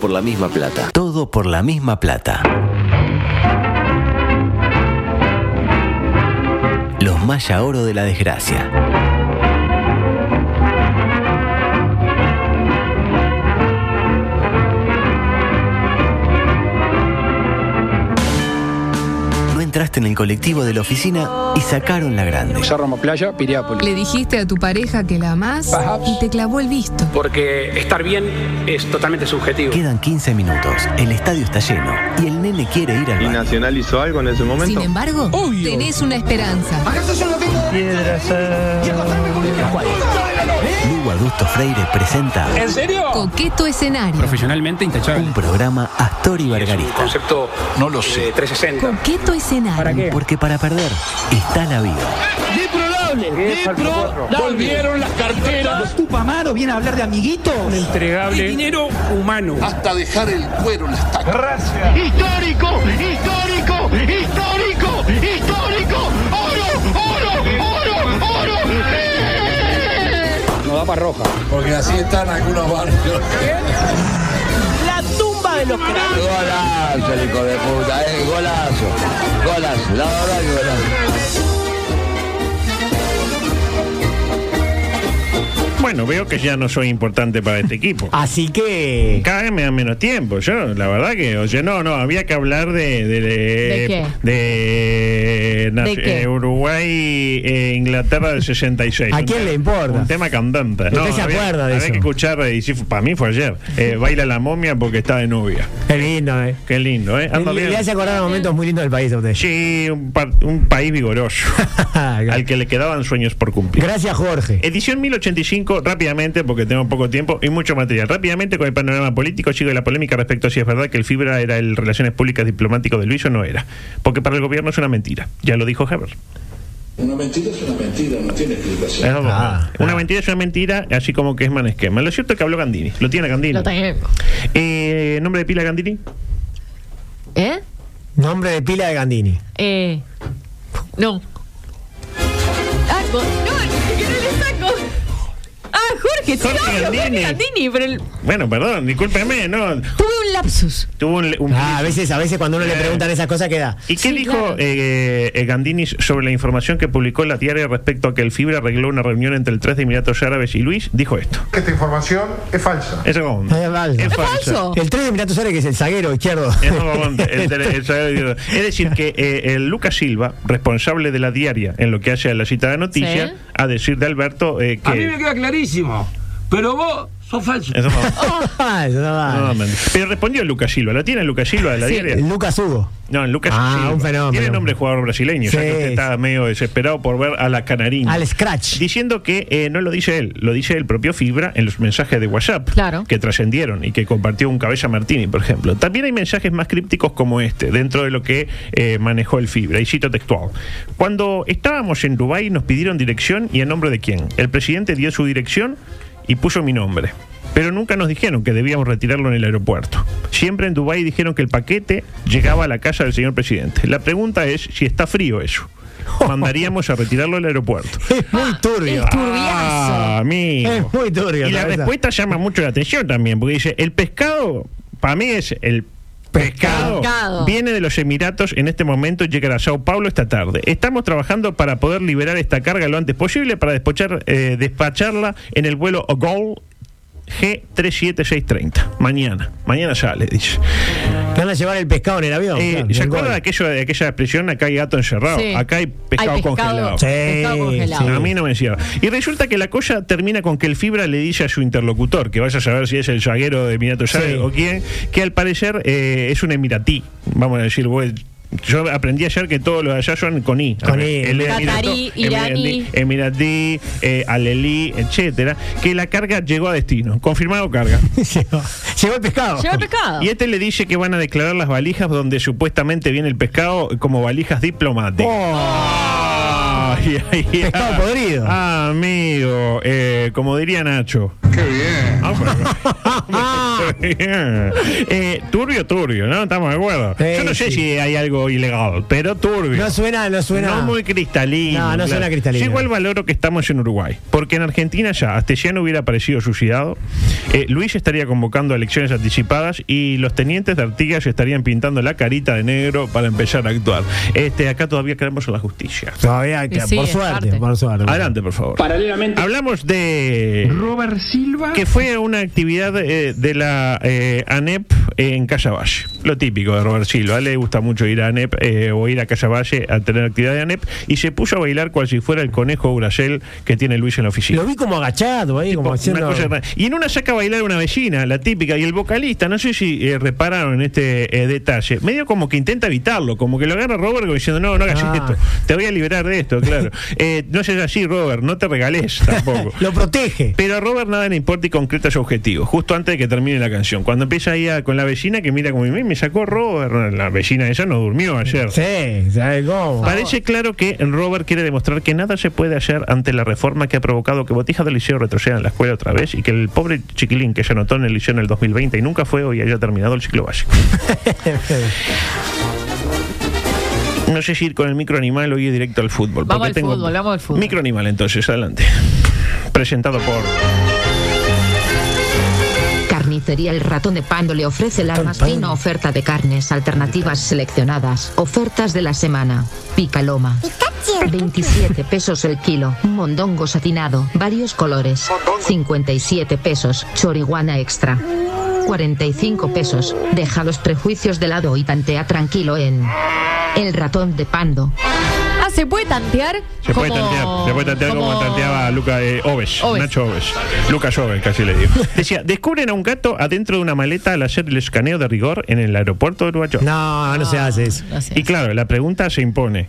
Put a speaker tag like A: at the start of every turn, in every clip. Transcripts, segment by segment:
A: por la misma plata. Todo por la misma plata. Los Maya Oro de la Desgracia. No entraste en el colectivo de la oficina y sacaron la grande.
B: Cerro Playa, Piriápolis.
C: Le dijiste a tu pareja que la amás
B: Perhaps.
C: y te clavó el visto.
D: Porque estar bien es totalmente subjetivo.
A: Quedan 15 minutos, el estadio está lleno y el nene quiere ir al
E: ¿Y
A: baño.
E: Nacional hizo algo en ese momento?
C: Sin embargo, tenés una esperanza.
A: Lugo Augusto Freire presenta
C: Coqueto escenario.
D: Profesionalmente intachable.
A: un programa Astor y
D: Un
A: Bargarista.
D: concepto no lo sé. 360.
C: Coqueto escenario.
A: Porque para perder está la vida.
F: Volvieron las carteras
G: Tupamaro viene a hablar de amiguitos.
D: Entregable. dinero humano.
F: hasta dejar el cuero en las tacas.
H: histórico, histórico, histórico, histórico, oro, oro, oro, oro. ¡Eh!
B: Nos da para roja.
F: Porque así están algunos barrios.
G: La tumba de los cráneos.
F: Golazo, hijo de puta, eh, golazo. Golazo, la verdad que golazo.
I: Bueno, veo que ya no soy importante para este equipo.
G: Así que.
I: Cada vez me dan menos tiempo. Yo, la verdad que, oye, no, no, había que hablar de. ¿De,
J: ¿De qué?
I: de- na-
J: ¿De qué?
I: eh, Uruguay e Inglaterra del 66.
G: ¿A
I: Un
G: quién
I: tema-
G: le importa?
I: Un tema candente.
G: ¿Usted se acuerda de
I: había
G: eso?
I: que escuchar, eh, y sí, para mí fue ayer. eh, Baila la momia porque está de novia.
G: Qué lindo, eh.
I: Qué lindo, ¿eh? Anda
G: Le,
I: bien.
G: le hace acordar momentos muy lindos del país a usted.
I: Sí, un, par- un país vigoroso. al Eh. que le quedaban sueños por cumplir.
G: Gracias, Jorge.
I: Edición 1085, rápidamente, porque tengo poco tiempo y mucho material. Rápidamente con el panorama político, sigue la polémica respecto a si es verdad que el FIBRA era el Relaciones Públicas Diplomático de Luis o no era. Porque para el gobierno es una mentira. Ya lo dijo Heber.
F: Una mentira es una mentira, no tiene explicación.
I: Es verdad.
G: Ah,
I: una mentira es una mentira, así como que es man esquema. Lo cierto es que habló Gandini. Lo tiene Gandini.
J: Lo tengo.
I: Eh, ¿Nombre de pila Gandini?
J: ¿Eh?
G: Nombre de pila de Gandini.
J: Eh. No. Ah, go- no, ni siquiera le saco. Ah, Jorge, sí,
I: Jorge
J: obvio, Jorge
I: Gandini.
J: Gandini, pero el-
I: Bueno, perdón, discúlpeme, ¿no?
J: tuve un lapsus.
I: Tuvo un, un-
G: Ah, a veces, a veces cuando uno le
I: Eh.
G: preguntan esas cosas queda.
I: ¿Y qué
J: Sí,
I: dijo
J: claro.
I: eh, eh, Gandini sobre la información que publicó la diaria respecto a que el FIBRA arregló una reunión entre el 3 de Emiratos Árabes y Luis? Dijo esto.
K: que esta información es falsa.
I: Eso como-
G: Es falso.
J: Es falso.
G: El 3 de Emiratos Árabes, que es el zaguero izquierdo.
I: Es como- el tele- el saber- es decir, que eh, el Lucas Silva, responsable de la diaria en lo que hace a la citada noticia,
J: Sí.
I: a decir de Alberto eh, que.
D: queda clarísimo. Pero vos sos falso.
I: Eso como-
G: Ah, eso no va.
I: no, man. Pero respondió Lucas Silva. ¿Lo tiene Lucas Silva de la
J: Sí.
I: diaria?
G: Lucas Hugo.
I: No, el Lucas
G: Ah,
I: Silva.
G: un fenómeno.
I: Tiene nombre de jugador brasileño. ya
G: Sí.
I: que usted está medio desesperado por ver a la canarina.
G: Al Scratch.
I: Diciendo que eh, no lo dice él, lo dice el propio Fibra en los mensajes de WhatsApp
J: Claro.
I: que trascendieron y que compartió un cabeza Martini, por ejemplo. También hay mensajes más crípticos como este, dentro de lo que eh, manejó el Fibra. Y cito textual. Cuando estábamos en Dubái nos pidieron dirección y en nombre de quién. El presidente dio su dirección y puso mi nombre. Pero nunca nos dijeron que debíamos retirarlo en el aeropuerto. Siempre en Dubái dijeron que el paquete llegaba a la casa del señor presidente. La pregunta es si está frío eso. Mandaríamos a retirarlo del aeropuerto.
G: Es muy turbio.
J: Es turbiazo.
I: Ah, amigo.
G: Es muy turbio.
I: Y la
G: ¿no? Esa.
I: respuesta llama mucho la atención también, porque dice, el pescado, para mí es el pescado,
J: Pescado.
I: viene de los Emiratos en este momento, llegará a Sao Paulo esta tarde. Estamos trabajando para poder liberar esta carga lo antes posible, para despachar, eh, despacharla en el vuelo Gol G37630. Mañana, mañana sale, dice.
G: ¿Te van a llevar el pescado en el avión?
I: Eh,
G: Claro,
I: ¿Se
G: del
I: acuerdan de,
G: gol.
I: aquello, de aquella expresión? Acá hay gato encerrado,
J: Sí.
I: acá hay pescado,
J: Hay pescado.
I: congelado.
G: Sí,
J: Pescado congelado.
G: sí.
I: A mí no me cierra. Y resulta que la cosa termina con que el Fibra le dice a su interlocutor, que vaya a saber si es el zaguero de Emiratos
G: Sí.
I: Árabes o quién, que al parecer eh, es un emiratí. Vamos a decir, bueno, Yo aprendí ayer que todos los de allá son con I.
G: Con I.
I: El Emirato-
J: Catarí,
I: Emiratí,
J: iraní.
I: Emiratí, eh, alelí, etcétera. Que la carga llegó a destino. Confirmado carga.
G: Llegó, llegó el pescado.
J: Lleva el pescado.
I: Y este le dice que van a declarar las valijas donde supuestamente viene el pescado como valijas
G: Oh.
I: diplomáticas. Ay, ay, ay.
G: Pescado podrido.
I: Ah, amigo, eh, como diría Nacho.
F: Qué bien.
I: Ah, bueno. Eh, turbio, turbio, ¿no? Estamos de acuerdo.
E: Sí,
I: Yo no sé
E: sí.
I: si hay algo ilegal, pero turbio.
E: No suena, no suena.
I: No muy cristalino.
E: No, no suena cristalino.
I: Yo igual valoro que estamos en Uruguay. Porque en Argentina ya Astesiano hubiera aparecido suicidado. eh, Luis estaría convocando a elecciones anticipadas. Y los tenientes de Artigas estarían pintando la carita de negro para empezar a actuar. Este, acá todavía creemos en la justicia.
E: Todavía, que-
J: Sí,
E: por
J: es
E: suerte,
J: parte.
E: por suerte.
I: Adelante, por favor.
B: Paralelamente,
I: Hablamos de.
B: Robert Silva.
I: que fue una actividad eh, de la eh, ANEP en Callavalle. Lo típico de Robert Silva, le gusta mucho ir a ANEP eh, o ir a Callavalle a tener actividad de ANEP y se puso a bailar cual si fuera el conejo Urayel que tiene Luis en la oficina.
E: Lo vi como agachado ahí, como
I: Una
E: haciendo.
I: cosa rara. y en una saca a bailar una vecina, la típica, y el vocalista, no sé si eh, repararon en este eh, detalle, medio como que intenta evitarlo, como que lo agarra Robert como diciendo, no, no hagas
E: Ah.
I: esto, te voy a liberar de esto, claro. Eh, no seas así, Robert, no te regales tampoco.
E: Lo protege.
I: Pero a Robert nada le importa y concreta su objetivo, justo antes de que termine la canción. Cuando empieza ahí a- con la vecina que mira como, "Me- me sacó Robert, la vecina ella no durmió ayer.
E: Sí, ¿sabes cómo?
I: Parece claro que Robert quiere demostrar que nada se puede hacer ante la reforma que ha provocado que Botijas del Liceo retroceda en la escuela otra vez y que el pobre chiquilín que se anotó en el Liceo en el 2020 y nunca fue hoy haya terminado el ciclo básico. No sé si ir con el microanimal o ir directo al fútbol.
J: Vamos
I: porque
J: al
I: tengo-
J: fútbol, vamos al fútbol.
I: Microanimal entonces, adelante. Presentado por...
L: Carnicería El Ratón de Pando le ofrece la
E: Tan,
L: más
E: tan.
L: fina oferta de carnes alternativas seleccionadas. Ofertas de la semana. Picaloma. 27 pesos el kilo. Mondongo satinado. Varios colores. 57 pesos. Choriguana extra. 45 pesos. Deja los prejuicios de lado y tantea tranquilo en El Ratón de Pando.
J: Ah, ¿se puede tantear?
I: Se puede
J: Como-
I: tantear, se puede tantear como, tanteaba Luca, eh, Oves,
J: Oves.
I: Nacho Oves. Lucas Oves, casi le digo. Decía, descubren a un gato adentro de una maleta al hacer el escaneo de rigor en el aeropuerto de Nueva York.
E: No, no se hace eso.
J: No sé.
I: Y claro, la pregunta se impone.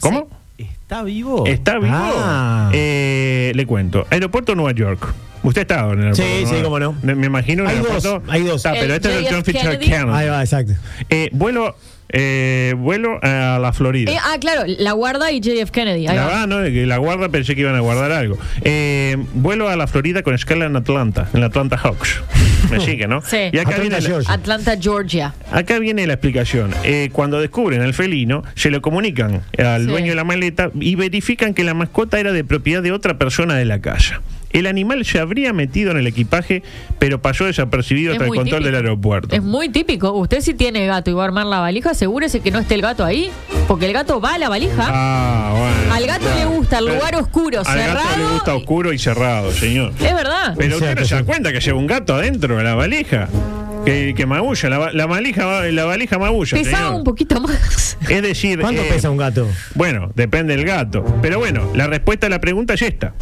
I: ¿Cómo?
E: ¿Está vivo?
I: ¿Está vivo?
E: Ah.
I: Eh, le cuento. Aeropuerto de Nueva York. Usted ha estado en el
E: Sí,
I: aeropuerto. de
E: sí,
I: Nueva-
E: cómo no.
I: Me, me imagino un
E: Hay dos,
I: aeropuerto-
E: hay dos.
I: Ah, pero
J: El
I: este es el
J: JF
I: John Fitzgerald
J: Kennedy.
I: Kennedy.
E: Ahí va, exacto.
I: Eh, vuelo, eh, vuelo a la Florida.
J: Eh, ah, claro, la guarda y JF Kennedy. ahí
I: La
J: va.
I: verdad, ¿no? De que la guarda pensé que iban a guardar algo. Eh, vuelo a la Florida con escala en Atlanta, en la Atlanta Hawks. Me sigue, ¿no?
J: Sí.
I: Y acá
E: Atlanta,
I: viene, la,
E: Georgia.
J: Atlanta, Georgia.
I: acá viene la explicación. Eh, cuando descubren al felino, se lo comunican al
J: Sí.
I: dueño de la maleta y verifican que la mascota era de propiedad de otra persona de la casa. El animal se habría metido en el equipaje, pero pasó desapercibido
J: Es
I: hasta el
J: muy
I: control del
J: típico.
I: aeropuerto.
J: Es muy típico. Usted si tiene gato y va a armar la valija, asegúrese que no esté el gato ahí, porque el gato va a la valija.
I: Ah, bueno.
J: Al gato le gusta el lugar oscuro,
I: Al gato le
J: cerrado
I: gusta
J: y-
I: oscuro y cerrado, señor.
J: Es verdad.
I: Pero usted
E: Exacto,
I: no se da
E: sí.
I: cuenta que lleva un gato adentro de la valija. Que, que magulla, la, va- la valija, va- la valija magulla.
J: Pesaba
I: señor.
J: un poquito más.
I: Es decir,
E: ¿Cuánto
I: eh,
E: pesa un gato?
I: Bueno, depende del gato. Pero bueno, la respuesta a la pregunta es esta.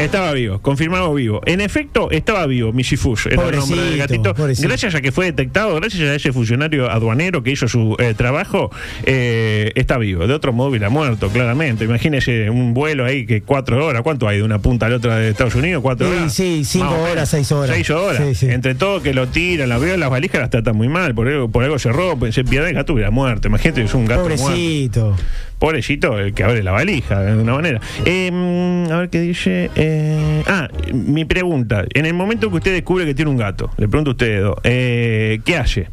I: Estaba vivo, confirmado vivo. En efecto, estaba vivo, Misifus, era el nombre del
E: Pobrecito,
I: gatito.
E: pobrecito.
I: Gracias a que fue detectado, gracias a ese funcionario aduanero que hizo su eh, trabajo, eh, está vivo. De otro modo hubiera muerto, claramente. Imagínese un vuelo ahí que cuatro horas, ¿cuánto hay de una punta a la otra de Estados Unidos? ¿Cuatro
E: Y
I: horas?
E: sí, cinco
I: Más o menos.
E: horas, seis horas.
I: Seis horas.
E: Sí, sí.
I: Entre todo que lo tiran, la veo las valijas las tratan muy mal, por algo, por algo se rompen, se pierde el gato hubiera muerto. Imagínate, es un gato muerto.
E: Pobrecito.
I: Pobrecito el que abre la valija, de alguna manera. Eh, a ver qué dice. eh, ah, mi pregunta. En el momento que usted descubre que tiene un gato, le pregunto a ustedes dos, eh, ¿qué hace?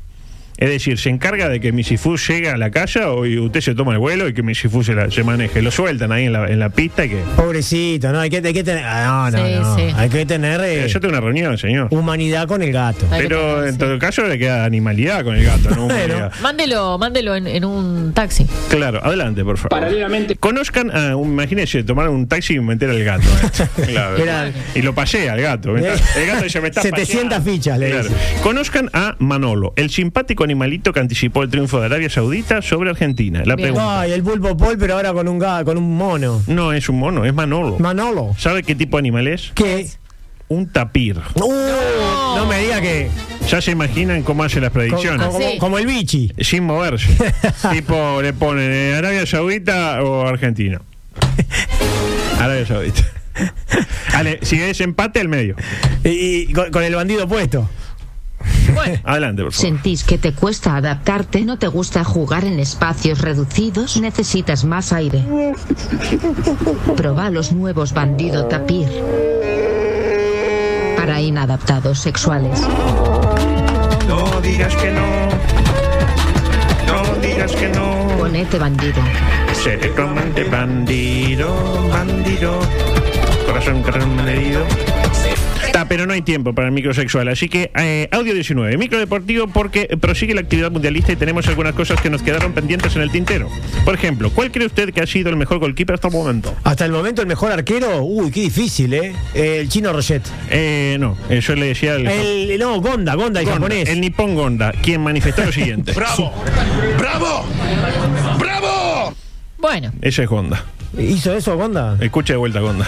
I: Es decir, ¿se encarga de que Misifú llegue a la calle o y usted se toma el vuelo y que Misifú se, la- se maneje? Lo sueltan ahí en la, en la pista y que.
E: Pobrecito, no, hay que, hay que tener. ah, No, no,
J: Sí,
E: no.
J: sí.
E: Hay que tener eh,
I: Pero yo tengo una reunión, señor.
E: humanidad con el gato.
J: Hay que
I: Pero
J: tener,
I: en
J: sí.
I: todo caso le queda animalidad con el gato, no
E: Bueno.
I: humanidad.
J: Mándelo, mándelo en, en un taxi.
I: Claro, adelante, por favor.
B: Paralelamente.
I: Conozcan, a, un- imagínense, tomar un taxi y meter al gato. ¿eh? Claro.
E: Era- Eh,
I: y lo pasea al gato. me está- El gato ya me está
E: 700
I: paseando.
E: fichas, le dice.
I: Conozcan a Manolo, el simpático animalito que anticipó el triunfo de Arabia Saudita sobre Argentina. La
J: Bien.
I: pregunta.
E: Ay, el pulpo Paul, pero ahora con un ga- con un mono.
I: No es un mono, es Manolo.
E: Manolo.
I: ¿Sabe qué tipo de animal es?
E: ¿Qué?
I: Un tapir.
E: Uh, no. me diga que.
I: Ya se imaginan cómo hace las
E: co- co-
I: predicciones.
E: Como,
J: Ah, sí.
E: como el bichi.
I: Sin moverse. tipo, le ponen eh, Arabia Saudita o Argentina. Arabia Saudita. Ale, si es empate, al medio.
E: Y, y con, con el bandido puesto.
J: Bueno,
I: Adelante, por favor.
L: ¿Sentís que te cuesta adaptarte? ¿No te gusta jugar en espacios reducidos? ¿Necesitas más aire? Proba los nuevos bandido tapir. Para inadaptados sexuales.
I: No digas que no. No digas que no.
L: Ponete bandido.
I: Seré tu amante bandido, bandido. Corazón, corazón malherido. Está, Ah, pero no hay tiempo para el microsexual. Así que, eh, audio 19, microdeportivo, porque prosigue la actividad mundialista y tenemos algunas cosas que nos quedaron pendientes en el tintero. Por ejemplo, ¿cuál cree usted que ha sido el mejor goalkeeper hasta el momento?
E: Hasta el momento el mejor arquero, uy, qué difícil, ¿eh? El chino Roget.
I: Eh, no, eh, yo le decía al.
E: El, no, Gonda, Gonda, el
I: Gonda,
E: japonés.
I: El nipón Gonda, quien manifestó lo siguiente.
E: Bravo.
H: ¡Bravo! ¡Bravo!
J: Bueno,
I: Ella es Gonda.
E: ¿Hizo eso Gonda?
I: Escucha de vuelta, Gonda.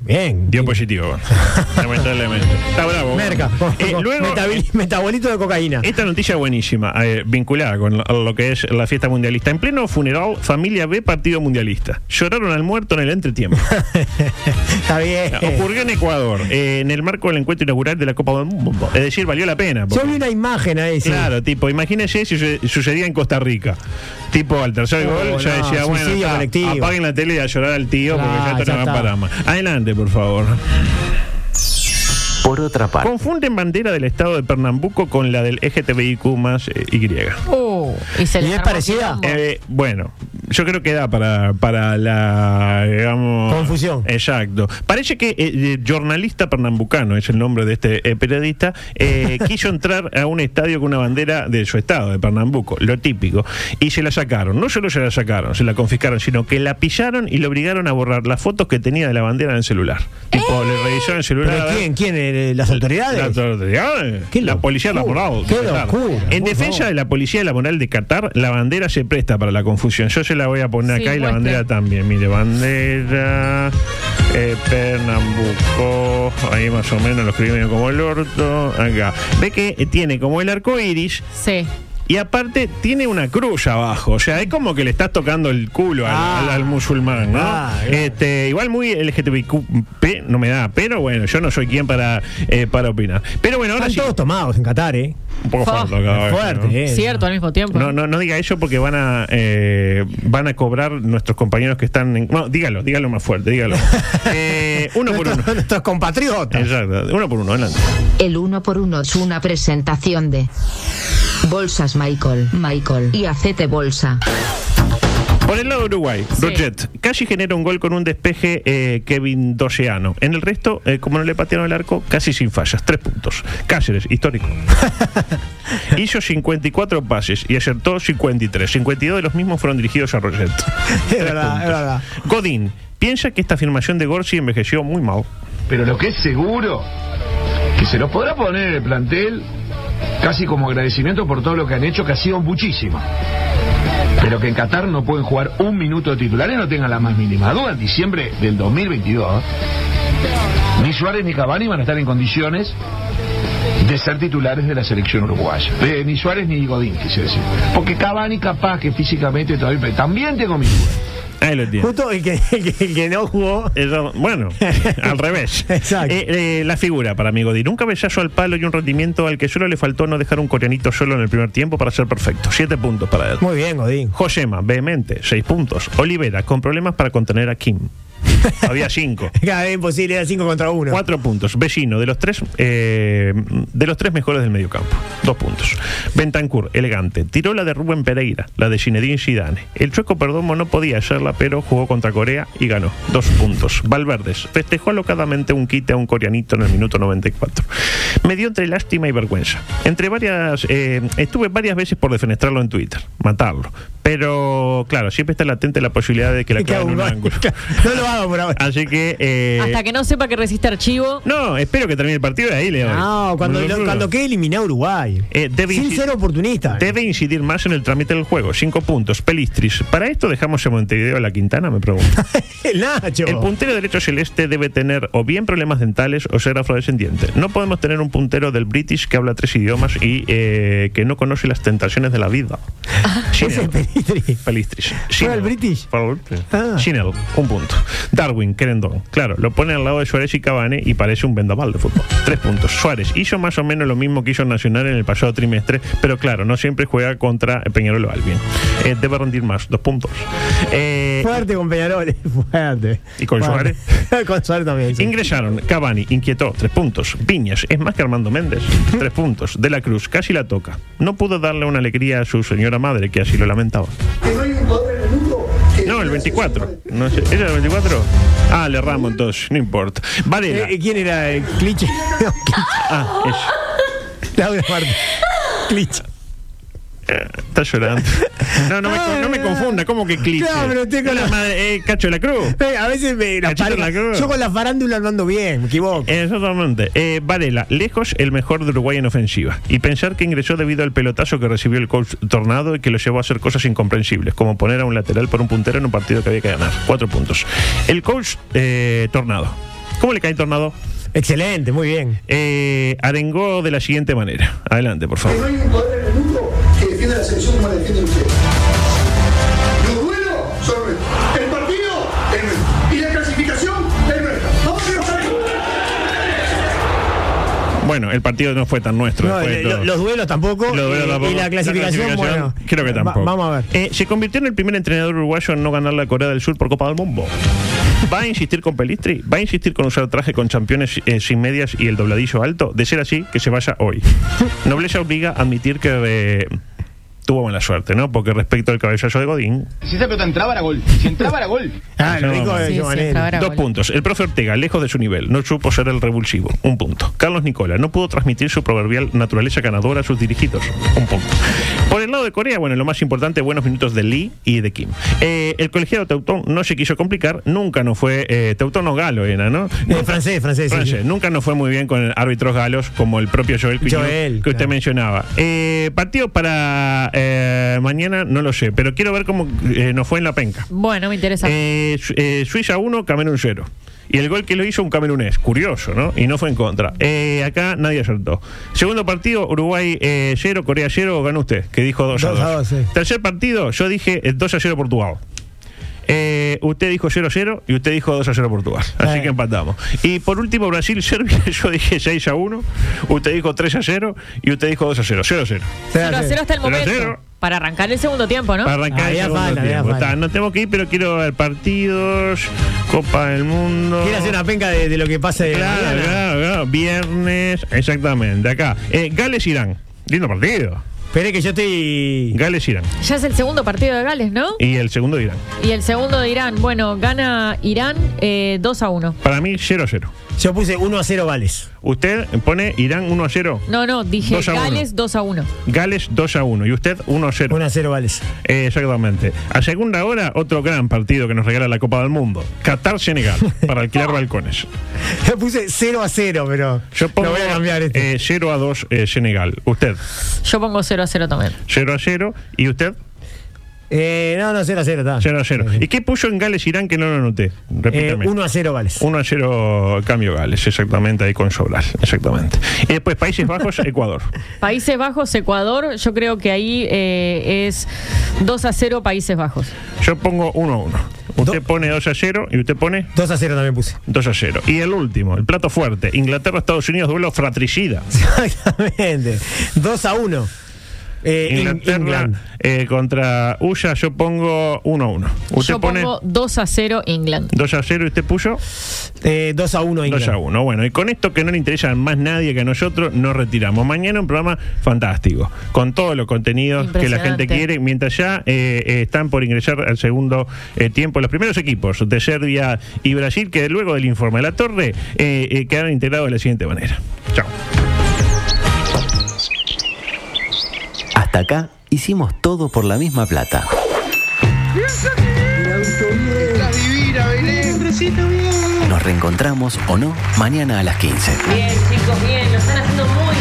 E: Bien.
I: Dio positivo, Gonda. Lamentablemente. Está bravo. Gonda.
E: Merca.
I: Eh, luego,
E: Metabili- metabolito de cocaína.
I: Esta noticia buenísima, eh, vinculada con lo, lo que es la fiesta mundialista. En pleno funeral, familia B, partido mundialista. Lloraron al muerto en el entretiempo.
E: Está bien.
I: Ocurrió en Ecuador, eh, en el marco del encuentro inaugural de la Copa del Mundo. Es decir, valió la pena.
E: Yo
I: porque-
E: vi una imagen a ese.
I: Claro, tipo, imagínense si su- sucedía en Costa Rica. Tipo, al tercer
E: Oh,
I: gol, ya
E: no,
I: decía, bueno,
E: suicidio
I: está,
E: colectivo.
I: apaguen la tele y a llorar al tío porque
E: Claro,
I: ya esto
E: ya
I: no va
E: está.
I: para más. Adelante, por favor.
A: Por otra parte,
I: Confunden bandera del estado de Pernambuco con la del LGTBIQ más eh, Y.
J: oh, y se
E: ¿Y
J: les
E: es
J: armó
E: parecida?
J: quilombo.
I: Eh, bueno, yo creo que da para, para la, digamos...
E: Confusión.
I: Exacto. Parece que eh, eh, jornalista pernambucano es el nombre de este eh, periodista, eh, quiso entrar a un estadio con una bandera de su estado, de Pernambuco, lo típico, y se la sacaron. No solo se la sacaron, se la confiscaron, sino que la pillaron y le obligaron a borrar las fotos que tenía de la bandera en el celular. Tipo, le revisaron el celular. a
E: ¿Pero
I: ver-
E: quién? ¿Quién? eh, ¿Las autoridades?
I: las autoridades.
E: Qué
I: La
E: locura,
I: policía la moral.
E: qué
I: de Qatar.
E: locura,
I: En
E: por
I: defensa
E: favor.
I: de la policía y la moral de Qatar, la bandera se presta para la confusión. Yo se la voy a poner
J: Sí,
I: acá y la
J: muestra.
I: bandera también. Mire, bandera. eh, Pernambuco, ahí más o menos lo escribí medio como el orto. Acá. Ve que eh, tiene como el arco iris
J: Sí.
I: y aparte tiene una cruz abajo. O sea, es como que le estás tocando el culo al-
E: Ah.
I: al, al musulmán, ¿no?
E: Ah, claro.
I: este, igual muy LGTBIQ no me da, pero bueno, yo no soy quien para, eh, para opinar. Pero bueno, ahora
E: Están
I: sí.
E: todos tomados en Qatar, ¿eh?
I: Un poco
J: Ah.
I: fuerte, acá,
E: Fuerte,
I: ¿no?
E: ¿eh?
J: Cierto, al mismo tiempo.
I: No, no, no diga eso porque van a eh, van a cobrar nuestros compañeros que están en, no dígalo dígalo más fuerte dígalo Eh, uno por uno
E: Nuestros- Nuestros compatriotas.
I: exacto uno por uno adelante
L: El uno por uno es una presentación de Bolsas Michael, Michael y Acete Bolsa.
I: Por el lado de Uruguay,
J: Sí.
I: Roget casi genera un gol con un despeje eh, Kevin Doceano. En el resto, eh, como no le patearon el arco, casi sin fallas, tres puntos. Cáceres, histórico. Hizo 54 pases y acertó 53. 52 de los mismos fueron dirigidos a Roget.
E: Es verdad, es verdad.
I: Godín piensa que esta afirmación de Gorsi envejeció muy mal.
K: Pero lo que es seguro, que se los podrá poner el plantel casi como agradecimiento por todo lo que han hecho, que ha sido muchísimo. Pero que en Qatar no pueden jugar un minuto de titulares, no tengan la más mínima duda. En diciembre del 2022, ni Suárez ni Cavani van a estar en condiciones de ser titulares de la selección uruguaya. Eh, ni Suárez ni Godín, quise decir. Porque Cavani capaz que físicamente todavía... pero También tengo mis dudas.
I: Ahí lo tiene.
E: Justo el que, el que- el que no jugó.
I: Eso, bueno, al revés.
E: Exacto.
I: Eh, eh, la figura para mí, Godín. Un cabezazo al palo y un rendimiento al que solo le faltó no dejar un coreanito solo en el primer tiempo para ser perfecto. Siete puntos para él.
E: Muy bien, Godín.
I: Josema, vehemente, seis puntos. Olivera, con problemas para contener a Kim. Había cinco.
E: Cada vez imposible era 5 contra 1.
I: Cuatro puntos. Vecino, de los tres, eh, de los tres mejores del mediocampo. Dos puntos. Bentancur, elegante. Tiró la de Rubén Pereira, la de Zinedine Zidane. El chueco Perdomo no podía hacerla, pero jugó contra Corea y ganó. Dos puntos. Valverdes, festejó alocadamente un quite a un coreanito en el minuto 94. Me dio entre lástima y vergüenza. Entre varias, eh, estuve varias veces por defenestrarlo en Twitter, matarlo. Pero, claro, siempre está latente la posibilidad de que la
E: Que
I: clave
E: aún
I: en
E: no-
I: un ángulo.
E: No lo hago por ahora.
I: Así que... eh,
J: Hasta que no sepa que resiste archivo.
I: no, espero que termine el partido y ahí le doy.
E: No, cuando,
I: No, no, no.
E: cuando quede eliminado Uruguay.
I: Eh, debe
E: Sin
I: inci-
E: ser oportunista.
I: Debe incidir más en el trámite del juego. Cinco puntos. Pelistris. ¿Para esto dejamos en Montevideo a la Quintana? Me pregunto.
E: El Nacho.
I: El puntero derecho celeste debe tener o bien problemas dentales o ser afrodescendiente. No podemos tener un puntero del British que habla tres idiomas y eh, que no conoce las tentaciones de la vida. Sin
E: Ese
I: él.
E: Pelistri.
I: Pelistris.
E: ¿Juega el
I: él.
E: British?
I: Por el British.
E: Ah.
I: Sin él. Un punto. Darwin, Querendón. Claro, lo pone al lado de Suárez y Cavani y parece un vendaval de fútbol. Tres puntos. Suárez hizo más o menos lo mismo que hizo Nacional en el pasado trimestre, pero claro, no siempre juega contra Peñarol o Albion. Eh, debe rendir más. Dos puntos. Eh,
E: Fuerte con Peñarol, fuerte.
I: ¿Y con
E: Fuerte. con Suárez también. sí.
I: Ingresaron Cavani, inquietó, tres puntos. Viñas, es más que Armando Méndez, tres puntos. De la Cruz, casi la toca. No pudo darle una alegría a su señora madre, que así lo lamentaba. No, el 24. No sé, ¿Era el 24? Ah, le erramos entonces, no importa. Varela.
E: Eh, ¿Quién era el cliché?
I: Ah, es.
E: Laura Martín. Cliché.
I: Eh, Está llorando. No, no me, co- no me confunda, ¿cómo que cliché?
E: Claro, pero usted con
I: Es la
E: la-
I: madre, eh, Cacho de la Cruz.
E: Eh, a veces me la
I: Cachito en
E: pareja-
I: la cruz.
E: Yo con la farándula no ando bien, me equivoco.
I: Exactamente. Eh, Varela, lejos el mejor de Uruguay en ofensiva. Y pensar que ingresó debido al pelotazo que recibió el coach Tornado y que lo llevó a hacer cosas incomprensibles, como poner a un lateral por un puntero en un partido que había que ganar. Cuatro puntos. El coach eh, Tornado. ¿Cómo le cae Tornado?
E: Excelente, muy bien.
I: Eh, arengó de la siguiente manera. Adelante, por favor.
M: hay un poder en el mundo que defienda la selección como la defiende usted. Los duelos son nuestros. El partido es nuestro. Y la clasificación es nuestra. Vamos a
I: Bueno, el partido no fue tan nuestro.
E: No, eh,
I: después de
E: lo-
I: todo.
E: los duelos tampoco, eh,
I: Los duelos
E: y- y
I: tampoco.
E: la clasificación, bueno,
I: creo que
E: va-
I: tampoco.
E: vamos a ver.
I: Eh, se convirtió en el primer entrenador uruguayo en no ganar la Corea del Sur por Copa del Mundo. ¿Va a insistir con Pelistri? ¿Va a insistir con usar traje con championes eh, sin medias y el dobladillo alto? De ser así, que se vaya hoy. Nobleza obliga a admitir que eh, tuvo mala suerte, ¿no? Porque respecto al cabezazo de Godín,
N: Si esa pelota entraba, era gol. Si entraba, era gol.
I: Eh,
E: Ah, lo dijo de
J: Sí, sí,
E: Giovanelli.
J: entraba era
I: Dos
J: gol.
I: puntos. El profe Ortega, lejos de su nivel, no supo ser el revulsivo. Un punto. Carlos Nicola, no pudo transmitir su proverbial naturaleza ganadora a sus dirigidos. Un punto. Por el lado de Corea, bueno, lo más importante, buenos minutos de Lee y de Kim. Eh, el colegiado Teutón no se quiso complicar, nunca no fue. eh, Teutón o Galo era, ¿no? Nunca-
E: Eh, francés, francés, sí, sí.
I: Nunca no fue muy bien con árbitros galos como el propio Joel Piñón,
E: Joel,
I: que usted
E: claro.
I: mencionaba. Eh, partido para eh, mañana, no lo sé, pero quiero ver cómo eh, nos fue en la penca.
J: Bueno, me interesa.
I: Eh, Su- eh, Suiza 1, Camerún 0. Y el gol que lo hizo un camerunés, curioso, ¿no? Y no fue en contra. Eh, acá nadie acertó. Segundo partido, Uruguay 0, Corea 0, ganó usted, que dijo 2 a
E: Dos a
I: 2.
E: dos, sí.
I: Tercer partido, yo dije 2 a 0 Portugal. Eh, usted dijo 0 a 0 y usted dijo 2 a 0 Portugal. Así
E: Eh.
I: que empatamos. Y por último, Brasil-Serbia, yo dije 6 a 1, usted dijo 3 a 0 y usted dijo 2 a 0. 0 a 0.
J: 0 a 0 hasta el
I: eh, Cero a
J: momento.
I: cero.
J: Para arrancar el segundo tiempo, ¿no?
I: Para arrancar el
E: Había
I: segundo
E: falta, había
I: tiempo.
E: falta.
I: Está, no tengo que ir, pero quiero ver partidos, Copa del Mundo.
E: Quiere hacer una penca de, de lo que pasa de
I: Claro,
E: mañana.
I: claro, claro. Viernes, exactamente, acá. Eh, Gales-Irán. Lindo partido.
E: Esperé que yo estoy.
I: Gales-Irán.
J: Ya es el segundo partido de Gales, ¿no?
I: Y el segundo de Irán.
J: Y el segundo de Irán. Bueno, gana Irán eh, 2 a 1.
I: Para mí, 0 a 0.
E: Yo puse 1 a 0 Vales.
I: Usted pone Irán 1 a 0.
J: No, no, dije
I: 2 a 1.
J: Gales 2 a 1.
I: Gales 2 a 1 y usted 1 a 0.
E: 1 a 0 Vales.
I: Eh, exactamente. A segunda hora, otro gran partido que nos regala la Copa del Mundo. Qatar-Senegal, para alquilar balcones.
E: Yo puse 0 a 0, pero.
I: Yo pongo
E: lo voy a cambiar este.
I: eh, 0 a 2 eh, Senegal. Usted,
J: Yo pongo 0 a 0 también.
I: 0 a 0. ¿Y usted?
E: Eh, no, no, 0 a 0, está.
I: 0 a 0. ¿Y qué puso en Gales-Irán que no lo noté?
E: Eh,
I: Repítame.
E: 1 a 0 Vales.
I: 1 a 0 cambio Gales, exactamente, ahí con Sobral, exactamente. Y después Países Bajos, Ecuador.
J: Países Bajos, Ecuador. Yo creo que ahí eh, es 2 a 0 Países Bajos.
I: Yo pongo 1 a 1. Usted pone 2 a 0 y usted pone
E: 2 a 0 también puse.
I: 2 a 0. Y el último, el plato fuerte, Inglaterra-Estados Unidos, duelo fratricida.
E: Exactamente. 2 a 1. Eh, In-
I: Inglaterra
E: England.
I: eh, contra USA, yo pongo 1 a 1. Usted
J: Yo
I: pone
J: pongo 2 a 0 England.
I: 2 a 0 y usted puso
E: Eh, 2 a 1 England.
I: 2 a 1. Bueno, y con esto que no le interesa a más nadie que a nosotros, nos retiramos. Mañana un programa fantástico, con todos los contenidos que la gente
J: Impresionante.
I: quiere, mientras ya eh, eh, están por ingresar al segundo eh, tiempo los primeros equipos de Serbia y Brasil, que luego del informe de la torre eh, eh, quedaron integrados de la siguiente manera. Chao.
A: Hasta acá hicimos todo por la misma plata.
G: Estás divina, Belén. bien.
A: Nos reencontramos o no mañana a las 15.
J: Bien, chicos, bien. Lo están haciendo muy bien.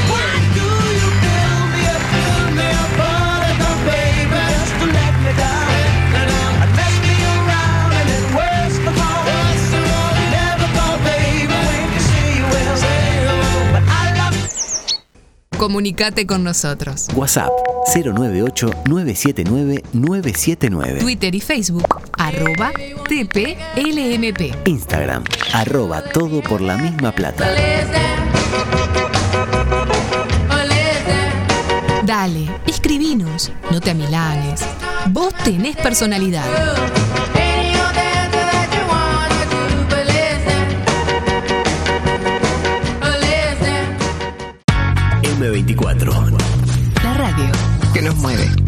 C: Comunicate con nosotros.
A: WhatsApp 098-979-979.
C: Twitter y Facebook. Arroba TPLMP.
A: Instagram, arroba todo por la misma plata.
C: Dale, escribinos, no te amilanes. Vos tenés personalidad.
A: M24.
C: La radio.
A: Que nos mueve.